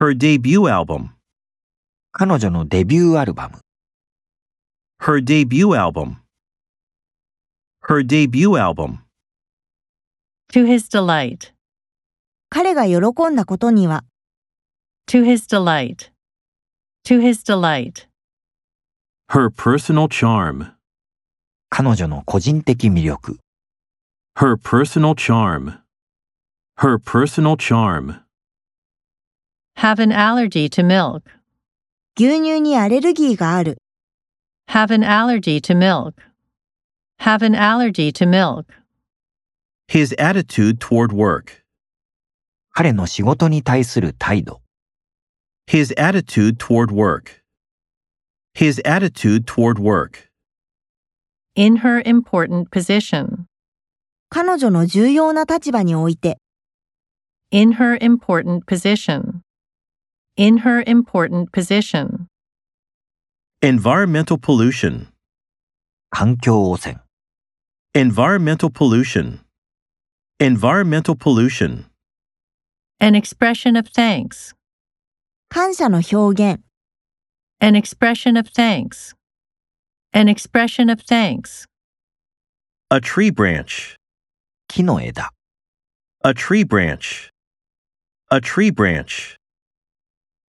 Her debut album. 彼女のデビューアルバム、 Her debut album. Her debut album. To his delight. 彼が喜んだことには、 To his delight. To his delight. Her personal charm. 彼女の個人的魅力、 Her personal charm. Her personal charm. Have an allergy to milk. 牛乳にアレルギーがある。 Have an allergy to milk. Have an allergy to milk. His attitude toward work. 彼の仕事に対する態度、 His attitude toward work. His attitude toward work. In her important position. 彼女の重要な立場において、 In her important position. In her important position. Environmental pollution. 環境汚染、 Environmental pollution. Environmental pollution. An expression of thanks. 感謝の表現、 An expression of thanks. An expression of thanks. A tree branch. 木の枝。 A tree branch. A tree branch.